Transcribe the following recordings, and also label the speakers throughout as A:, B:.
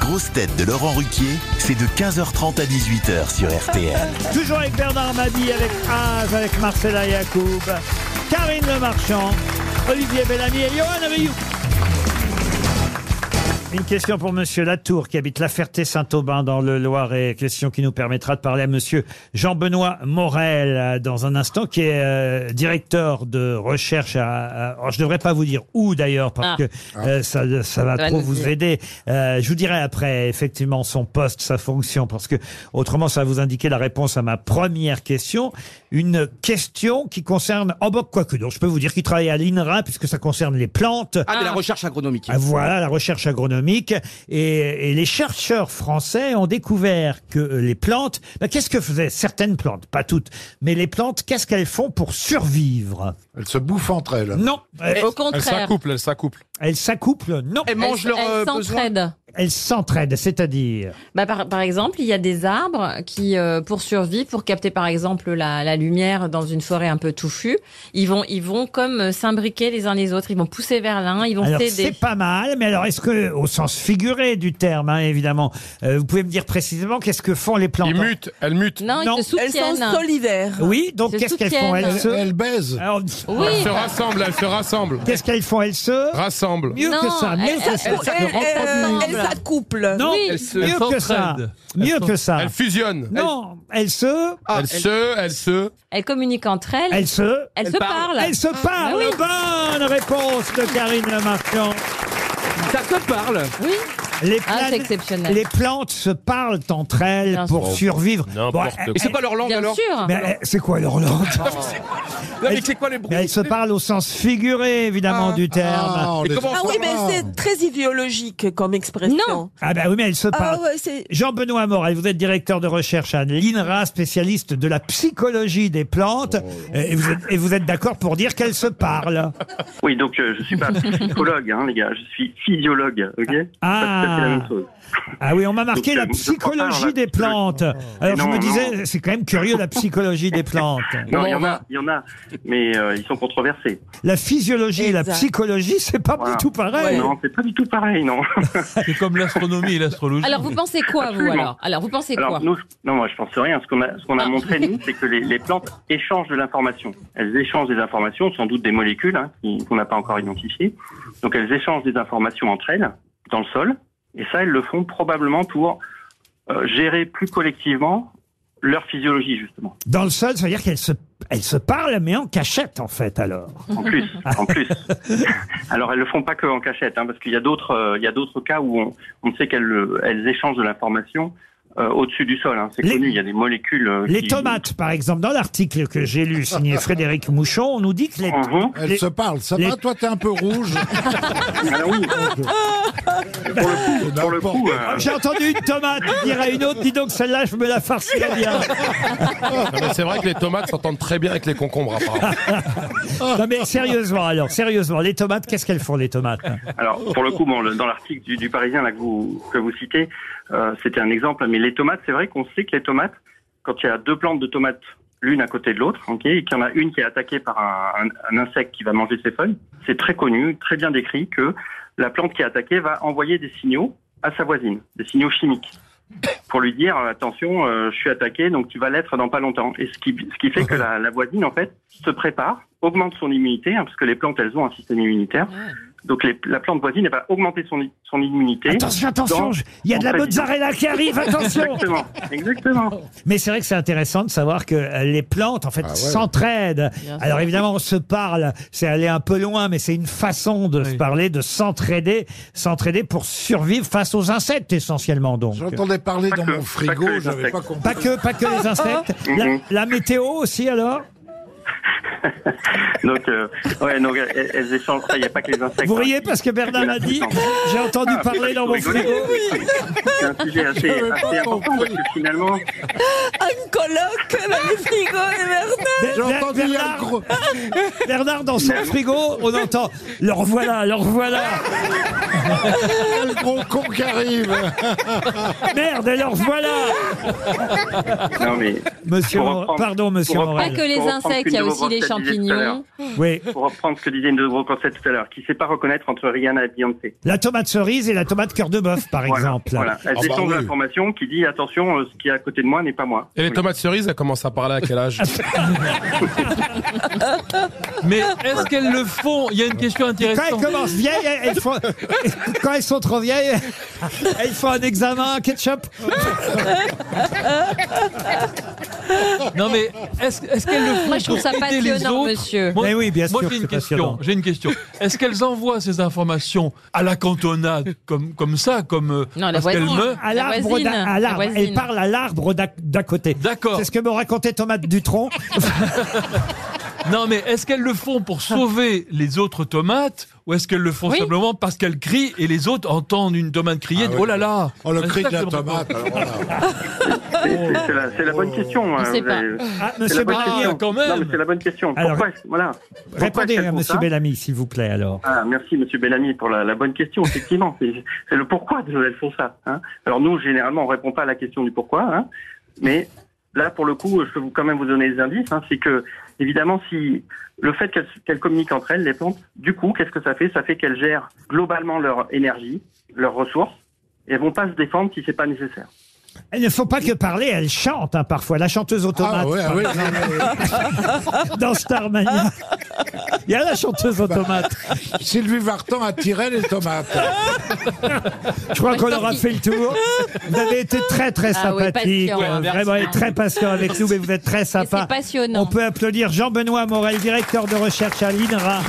A: grosses têtes de Laurent Ruquier, c'est de 15h30 à 18h sur RTL.
B: Toujours avec Bernard Mabie, avec Az, avec Marcela Yacoub, Karine Le Marchand, Olivier Bellamy et Johan Rioux. Une question pour Monsieur Latour qui habite La Ferté-Saint-Aubin dans le Loiret. Question qui nous permettra de parler à Monsieur Jean-Benoît Morel euh, dans un instant, qui est euh, directeur de recherche à. à- alors, je devrais pas vous dire où d'ailleurs parce
C: Ah.
B: que euh, ça, ça va
C: Ça va
B: trop
C: nous
B: vous
C: dire.
B: aider. Euh, je vous dirai après effectivement son poste, sa fonction, parce que autrement ça va vous indiquer la réponse à ma première question. Une question qui concerne. Oh bah quoi que donc, je peux vous dire qu'il travaille à l'INRA puisque ça concerne les plantes.
D: Ah, de la recherche agronomique.
B: Ah, Voilà la recherche agronomique. Et, et les chercheurs français ont découvert que euh, les plantes, bah, qu'est-ce que faisaient certaines plantes, pas toutes, mais les plantes, qu'est-ce qu'elles font pour survivre
E: Elles se bouffent entre elles.
B: Non, euh,
C: Au
F: Elle
C: contraire,
F: s'accouple, elle s'accouple.
B: elles s'accouplent, non,
D: Elles mangent
C: elles-
D: leurs euh,
C: elles
D: besoins.
C: s'entraident.
B: elles s'entraident, c'est-à-dire.
C: Bah, par, par exemple, il y a des arbres qui, euh, pour survivre, pour capter par exemple la, la lumière dans une forêt un peu touffue, ils vont, ils vont comme euh, s'imbriquer les uns les autres. Ils vont pousser vers l'un, ils vont
B: Alors
C: s'aider.
B: c'est pas mal, mais alors est-ce que, au sens figuré du terme, hein, évidemment, euh, vous pouvez me dire précisément qu'est-ce que font les plantes
F: Il mute, elle mute.
C: Non,
B: Non.
C: ils se
G: Elles sont
C: soutiennent.
G: solidaires.
B: Oui, donc
C: Se
B: qu'est-ce qu'elles font
C: soutiennent.
B: elles
E: Elles,
B: se...
E: elles baisent.
B: Alors,
F: Elle
C: Oui.
F: se rassemble, elle se rassemble.
B: Qu'est-ce qu'elles font Elles se...
F: Rassemble.
B: Mieux que
C: Non,
B: ça, mieux
C: elles-
B: que
G: Elles
B: ça.
G: s'accouplent. Elles s'accouplent.
B: Non,
C: Oui.
F: Elle se,
B: mieux que ça. Mieux que ça.
F: elle fusionne.
B: Ah. Non, elles se...
D: Ah,
F: elle,
D: elles-
F: se, elle se.
C: Elles communiquent entre elles.
B: Elles se...
C: Elles
D: elles
C: se
D: parlent.
C: parlent. Ah, bah
B: Elles se parlent. Bonne réponse de Karine Lemarchand.
D: Ça te parle
C: Oui.
B: Les,
C: Ah, c'est
B: planes-
C: exceptionnel.
B: les plantes se parlent entre elles
C: Bien
B: pour
C: sûr.
B: survivre.
H: N'importe
B: Bon, euh,
D: Et c'est quoi leur langue
C: Bien
D: alors
C: sûr.
B: mais euh, c'est quoi leur langue
D: Non, mais c'est quoi les bruits
B: Mais Elles se parlent au sens figuré, évidemment,
G: Ah.
B: du
E: Ah,
B: terme.
E: on
D: Mais
E: les-
D: comment
G: Ah oui, mais c'est très idéologique comme expression.
C: Non.
B: Ah ben oui, mais elles se
G: Ah
B: parlent.
G: ouais, c'est.
B: Jean-Benoît Morel, vous êtes directeur de recherche à l'INRA, spécialiste de la psychologie des plantes.
I: Oh
B: Et vous êtes, et vous êtes d'accord pour dire qu'elles se parlent
I: Oui, donc euh, je suis pas psychologue, hein, les gars, je suis physiologue, ok
B: Ah.
I: C'est la même chose.
B: Ah oui, on m'a marqué
I: Donc,
B: la
I: euh, je prends pas
B: psychologie
I: la
B: des plantes. Alors je
I: Non,
B: me
I: non.
B: disais, c'est quand même curieux la psychologie des plantes.
I: Non,
D: Bon,
I: il y
D: on
I: en
D: va-
I: a, il y en a, mais euh, ils sont controversés.
B: La physiologie et la
G: Exact.
B: psychologie, c'est pas
I: Voilà.
B: du tout pareil.
I: Non, c'est pas du tout pareil, non.
H: C'est comme l'astronomie et l'astrologie.
C: Alors vous pensez quoi vous
I: Absolument.
C: alors Alors vous pensez quoi
I: Alors nous, non, moi je pense rien. Ce qu'on a, ce qu'on a
C: Ah.
I: montré nous, c'est que les, les plantes échangent de l'information. Elles échangent des informations, sans doute des molécules hein, qui- qu'on n'a pas encore identifiées. Donc elles échangent des informations entre elles dans le sol, et ça elles le font probablement pour euh, gérer plus collectivement leur physiologie justement.
B: Dans le sol, ça veut dire qu'elles se, elles se parlent, mais en cachette, en fait, alors.
I: En plus, en plus. Alors elles le font pas que en cachette, hein, parce qu'il y a d'autres, euh, il y a d'autres cas où on, on sait qu'elles euh, elles échangent de l'information euh, au-dessus du sol. hein. C'est
B: Les-
I: connu. Il y a des molécules. euh,
B: Les
I: qui-
B: tomates, par exemple, dans l'article que j'ai lu, signé Frédéric Mouchon, on nous dit que les...
I: Mhm.
E: Elles
B: les-
E: se parlent. Ça
B: les-
E: va, toi, t'es un peu rouge.
I: Alors Ah oui. pour le coup, pour le coup, euh,
B: Oh, J'ai entendu une tomate dire à une autre, dis donc celle-là, je me la farcirais bien.
F: Non, mais c'est vrai que les tomates s'entendent très bien avec les concombres. apparemment.
B: Non mais sérieusement, alors, sérieusement, les tomates, qu'est-ce qu'elles font, les tomates
I: alors pour le coup, bon, le- dans l'article du, du Parisien là que vous que vous citez, euh, c'était un exemple. Mais les tomates, c'est vrai qu'on sait que les tomates, quand il y a deux plantes de tomates l'une à côté de l'autre, ok, et qu'il y en a une qui est attaquée par un, un- un insecte qui va manger ses feuilles, c'est très connu, très bien décrit que la plante qui est attaquée va envoyer des signaux à sa voisine, des signaux chimiques. Pour lui dire euh, attention, euh, je suis attaqué, donc tu vas l'être dans pas longtemps. Et ce qui, ce qui fait que la, la voisine en fait se prépare, augmente son immunité, hein, parce que les plantes elles ont un système immunitaire. Donc les- la plante voisine elle va augmenter son, son immunité.
B: Attention, attention,
I: Dans-
B: je- il y a de la
I: dans-
B: mozzarella qui arrive, attention
I: Exactement, exactement.
B: Mais c'est vrai que c'est intéressant de savoir que euh, les plantes, en fait,
E: Ah ouais.
B: s'entraident.
C: Bien sûr.
B: Alors évidemment, on se parle, c'est aller un peu loin, mais c'est une façon de se
H: Oui.
B: parler, de s'entraider, s'entraider pour survivre face aux insectes essentiellement donc.
E: J'entendais parler
I: Pas
E: dans
I: que-
E: mon
I: pas que
E: frigo,
I: les
E: j'avais pas
I: insectes.
E: compris.
B: Pas que, pas que les insectes. La,
I: Mhm.
B: la météo aussi alors.
I: Donc, euh, ouais, donc elles, elles échangent. Il n'y a pas que les insectes.
B: Vous
I: hein.
B: riez parce que Bernard a dit. J'ai entendu
I: Ah,
B: parler dans
I: vous
B: mon
I: rigolez.
B: frigo.
I: C'est un sujet assez,
E: J'avais pas
I: assez important parce
E: compris.
I: que finalement,
G: Un colloque dans le frigo et Bernard.
E: J'ai
B: Ber-
E: entendu il y a un
B: Bernard,
E: gros.
B: Bernard, dans son frigo, on entend. Leur voilà, leur voilà.
E: Quel gros con qui arrive
B: Merde, leur voilà.
I: non mais
B: Monsieur,
I: Pour
B: Mor-
I: reprendre-
B: pardon, Monsieur
I: pour
B: Morel.
C: Pas que les
I: Pour reprendre
C: insectes,
I: une
C: il y a
I: de vos
C: aussi les
I: grosses têtes disait tout à l'heure.
C: champignons.
B: Oui.
I: Pour reprendre ce que disait une de gros Corset tout à l'heure, qui ne sait pas reconnaître entre Rihanna et Beyoncé.
B: La tomate cerise et la tomate cœur de bœuf, par
I: Voilà,
B: exemple.
I: Voilà. Elle
F: Ah
I: dépend
F: bah
I: de
F: oui.
I: l'information qui dit attention, euh, ce qui est à côté de moi n'est pas moi.
F: Et les
I: Oui.
F: tomates cerises, elles commencent à parler à quel âge
H: Mais est-ce qu'elles le font Il y a une question
B: Quand elles
H: intéressante.
B: commencent vieilles, elles- elles font- quand elles sont trop vieilles, elles font un examen ketchup.
H: Non mais est-ce est-ce qu'elles le font
C: Moi, je trouve ça
H: pour aider les
C: passionnant,
H: autres
C: monsieur.
H: Moi,
B: Mais Eh oui, bien
H: moi,
B: sûr
H: j'ai
B: que
H: une
B: c'est passionnant.
H: question. J'ai une question. Est-ce qu'elles envoient ces informations à la cantonade comme comme ça, comme euh,
C: Non, la
H: parce qu'elles
C: voisine.
H: meurent
B: À
C: La
B: l'arbre,
C: voisine,
B: d'à- à
C: la
B: l'arbre.
C: voisine.
B: Elle parle à l'arbre d'à d'à côté.
H: D'accord.
B: C'est ce que me racontait Thomas Dutronc.
H: Non, mais est-ce qu'elles le font pour sauver les autres tomates ou est-ce qu'elles le font
C: Oui.
H: simplement parce qu'elles crient et les autres entendent une tomate crier
F: Ah oui.
H: Oh là là
E: Oh, le
H: C'est
E: cri de
H: ça que
E: la
H: je me rends compte.
E: tomate. alors voilà.
I: C'est- C'est c'est la, c'est la bonne question. hein,
C: sait
I: vous
C: pas.
I: avez-
B: Ah,
I: C'est la
B: monsieur
I: bonne
H: Ah,
B: Barnier,
I: question.
H: quand même.
I: Non, mais c'est la bonne question.
B: Alors,
I: Pourquoi est-ce- voilà. Pourquoi
B: répondez
I: est-ce qu'elles
B: à
I: font
B: monsieur
I: ça
B: Bellamy, s'il vous plaît, alors.
I: Ah, merci Monsieur Bellamy pour la, la bonne question. Effectivement, c'est c'est le pourquoi de- elles font ça. hein. Alors nous, généralement, on répond pas à la question du pourquoi, hein. mais là, pour le coup, je peux vous, quand même vous donner des indices. hein. c'est que évidemment, si le fait qu'elles qu'elles communiquent entre elles, les plantes, du coup, qu'est-ce que ça fait Ça fait qu'elles gèrent globalement leur énergie, leurs ressources, et elles vont pas se défendre si c'est pas nécessaire.
B: Elles ne faut pas que parler, elles chantent hein, parfois. La chanteuse aux tomates
E: Ah ouais, ah ouais, non, mais-
B: dans Starmania. Il y a la
I: Bah.
B: chanteuse aux tomates.
E: Sylvie Vartan a tiré les tomates.
B: Je crois
C: Ouais,
B: qu'on
C: parce
B: aura
C: qu'il-
B: fait le tour. Vous avez été très très
C: Ah ouais,
B: sympathique,
C: patient,
B: euh,
C: merci.
B: vraiment et très patient avec nous, mais vous êtes très
C: Et
B: sympa.
C: C'est passionnant.
B: On peut applaudir Jean-Benoît Morel, directeur de recherche à l'INRA,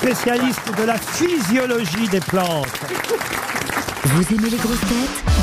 B: spécialiste de la physiologie des plantes.
J: Vous aimez les grosses têtes